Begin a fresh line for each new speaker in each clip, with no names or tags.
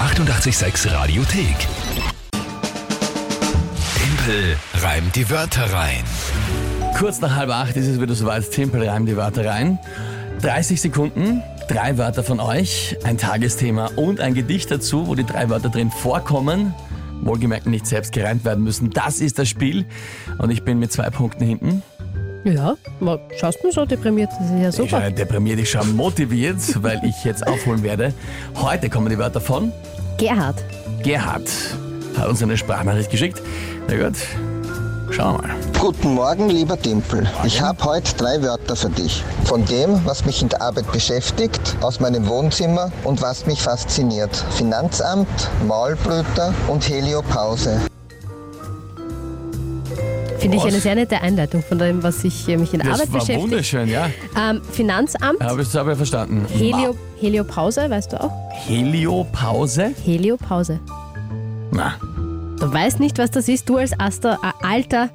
886 Radiothek. Tempel reimt die Wörter rein.
Kurz nach halb acht ist es wieder soweit. Tempel reimt die Wörter rein. 30 Sekunden, drei Wörter von euch, ein Tagesthema und ein Gedicht dazu, wo die drei Wörter drin vorkommen. Wohlgemerkt nicht selbst gereimt werden müssen. Das ist das Spiel. Und ich bin mit zwei Punkten hinten.
Ja, ma, schaust du so deprimiert? Das ist ja
Ich war
super.
nicht deprimiert, ich schaue motiviert, weil ich jetzt aufholen werde. Heute kommen die Wörter von
Gerhard,
Gerhard. Hat uns eine Sprachnachricht geschickt. Na gut, schauen wir mal.
Guten Morgen, lieber Timpel. Ich habe heute drei Wörter für dich. Von dem, was mich in der Arbeit beschäftigt, aus meinem Wohnzimmer und was mich fasziniert. Finanzamt, Maulbrüter und Heliopause.
finde ich
Was?
eine sehr nette Einleitung von dem, was ich äh, mich in der
Das
Arbeit
war
beschäftigt.
wunderschön, ja.
Ähm, Finanzamt,
Habe ich, hab ich verstanden.
Helio, Heliopause, weißt du auch?
Ma- Heliopause?
Heliopause.
Na,
Du weißt nicht, was das ist, du als Astro, äh, alter,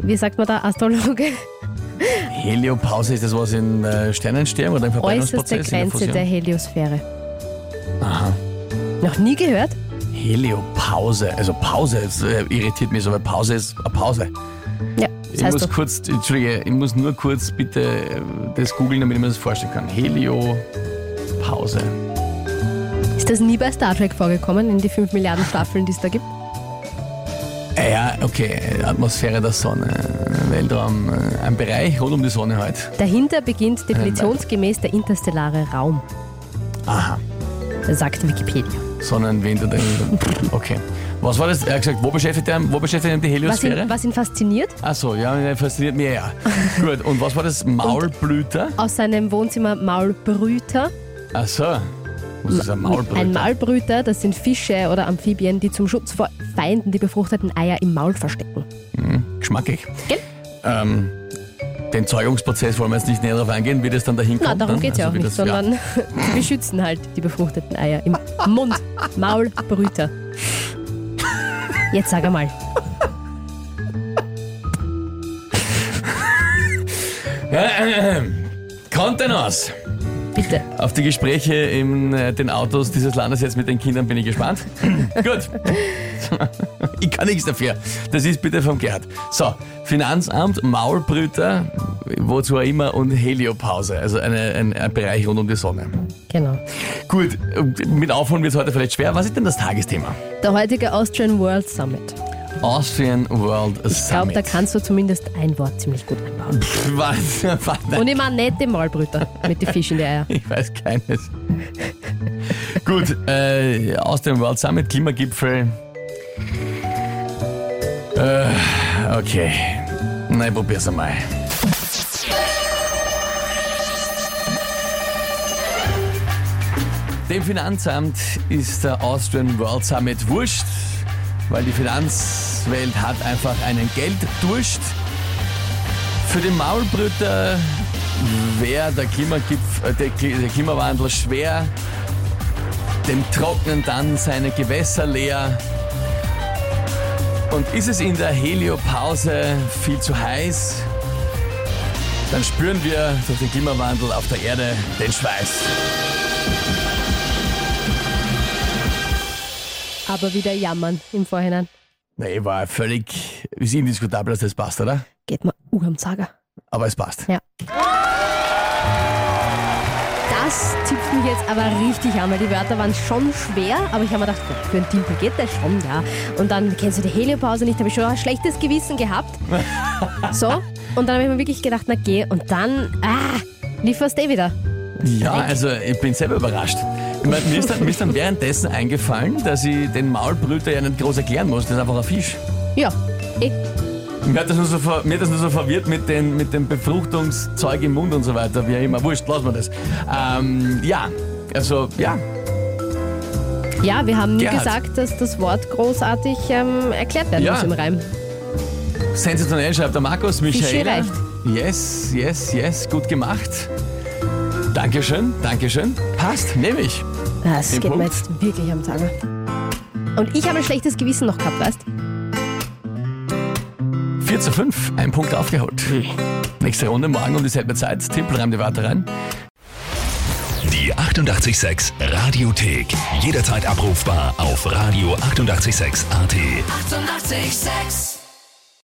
wie sagt man da, Astrologe,
Heliopause ist das was in äh, Sternenstern oder im
äußerste
Verbrennungsprozess? in
Grenze
Fusion?
der Heliosphäre. Aha. Noch nie gehört?
Heliopause. Also Pause es, äh, irritiert mich so, weil Pause ist eine Pause.
Ja,
Ich
das heißt
muss
doch
kurz, Entschuldige, ich muss nur kurz bitte äh, das googeln, damit ich mir das vorstellen kann. Heliopause.
Ist das nie bei Star Trek vorgekommen, in die 5 Milliarden Staffeln, die es da gibt?
Äh, ja, okay, Atmosphäre der Sonne, äh, Weltraum, äh, ein Bereich rund um die Sonne halt.
Dahinter beginnt definitionsgemäß der interstellare Raum,
Aha,
sagt Wikipedia.
Sonnenwinter dahinter. Okay. Was war das? Er hat gesagt, wo beschäftigt er, wo beschäftigt er die
Was
Heliosphäre?
ihn, was ihn fasziniert?
Ach so, ja, der fasziniert mich ja. Gut, und was war das? Maulblüter?
Aus seinem Wohnzimmer Maulbrüter.
Ach so, was ist ein Maulblüter?
Ein Maulbrüter, das sind Fische oder Amphibien, die zum Schutz vor Feinden die befruchteten Eier im Maul verstecken.
Geschmackig.
Gell?
Ähm, den Zeugungsprozess wollen wir jetzt nicht näher darauf eingehen, wie das dann dahin
Na,
kommt.
darum
dann.
geht es ja
Also
auch
wie
nicht,
das- ja.
sondern die beschützen halt die befruchteten Eier im Mund. Maulbrüter. Jetzt sag einmal,
Äh, Contenance.
bitte.
Auf die Gespräche in äh, den Autos dieses Landes jetzt mit den Kindern bin ich gespannt. Gut. ich kann nichts dafür. Das ist bitte vom Gerhard. So, Finanzamt, Maulbrüter, wozu auch immer, und Heliopause, also eine, ein, ein Bereich rund um die Sonne.
Genau.
Gut, mit Aufholen wird es heute vielleicht schwer. Was ist denn das Tagesthema?
Der heutige Austrian World Summit.
Austrian World
Ich glaube,
Summit.
da kannst du zumindest ein Wort ziemlich gut einbauen.
Pff, was- was-
Und ich meine nicht den Maulbrüter mit den Fischen in die Eier.
Ich weiß keines. Gut, äh, aus dem World Summit Klimagipfel. Äh, okay. Na, ich probier's einmal. Dem Finanzamt ist der Austrian World Summit wurscht, weil die Finanzwelt hat einfach einen Gelddurst. Für den Maulbrüter wäre der, Klimagipf- äh, der, Kli- der Klimawandel schwer, dem trocknen dann seine Gewässer leer. Und ist es in der Heliopause viel zu heiß, dann spüren wir durch den Klimawandel auf der Erde den Schweiß.
Aber wieder jammern im Vorhinein.
Nee, war völlig, ist indiskutabel, dass das passt, oder?
Geht mir uh am Zager.
Aber es passt.
Ja. Das zipft mich jetzt aber richtig an, weil die Wörter waren schon schwer, aber ich habe mir gedacht, Gott, für einen Timpel geht das schon, ja. Und dann kennst du die Heliopause nicht, habe ich schon ein schlechtes Gewissen gehabt. So, und dann habe ich mir wirklich gedacht, na geh, und dann, ah, lief was eh wieder.
Ja, also ich bin selber überrascht. Ich mein, mir, ist dann, mir ist dann währenddessen eingefallen, dass ich den Maulbrüter ja nicht groß erklären muss, das ist einfach ein Fisch.
Ja, eh,
Mir hat das nur so, ver mir hat das nur so verwirrt mit, den, mit dem Befruchtungszeug im Mund und so weiter, wie auch immer. Wurscht, lassen wir das. Ähm, ja, also ja,
ja, wir haben nie
Gerhard.
gesagt, dass das Wort großartig ähm, erklärt werden
Ja.
muss im Reim.
sensationell schreibt der Markus Michael.
reicht.
Yes, yes, yes, gut gemacht. Dankeschön, Dankeschön. Passt, nehme ich.
Das
Den
geht mir
Punkt.
jetzt wirklich am Zager. Und ich habe ein schlechtes Gewissen noch gehabt, weißt
4 zu 5, ein Punkt aufgeholt. Nächste Runde morgen um dieselbe Zeit. Timpel reimt die Warte rein.
Die 886 Radiothek. Jederzeit abrufbar auf radio886.at. 886!
886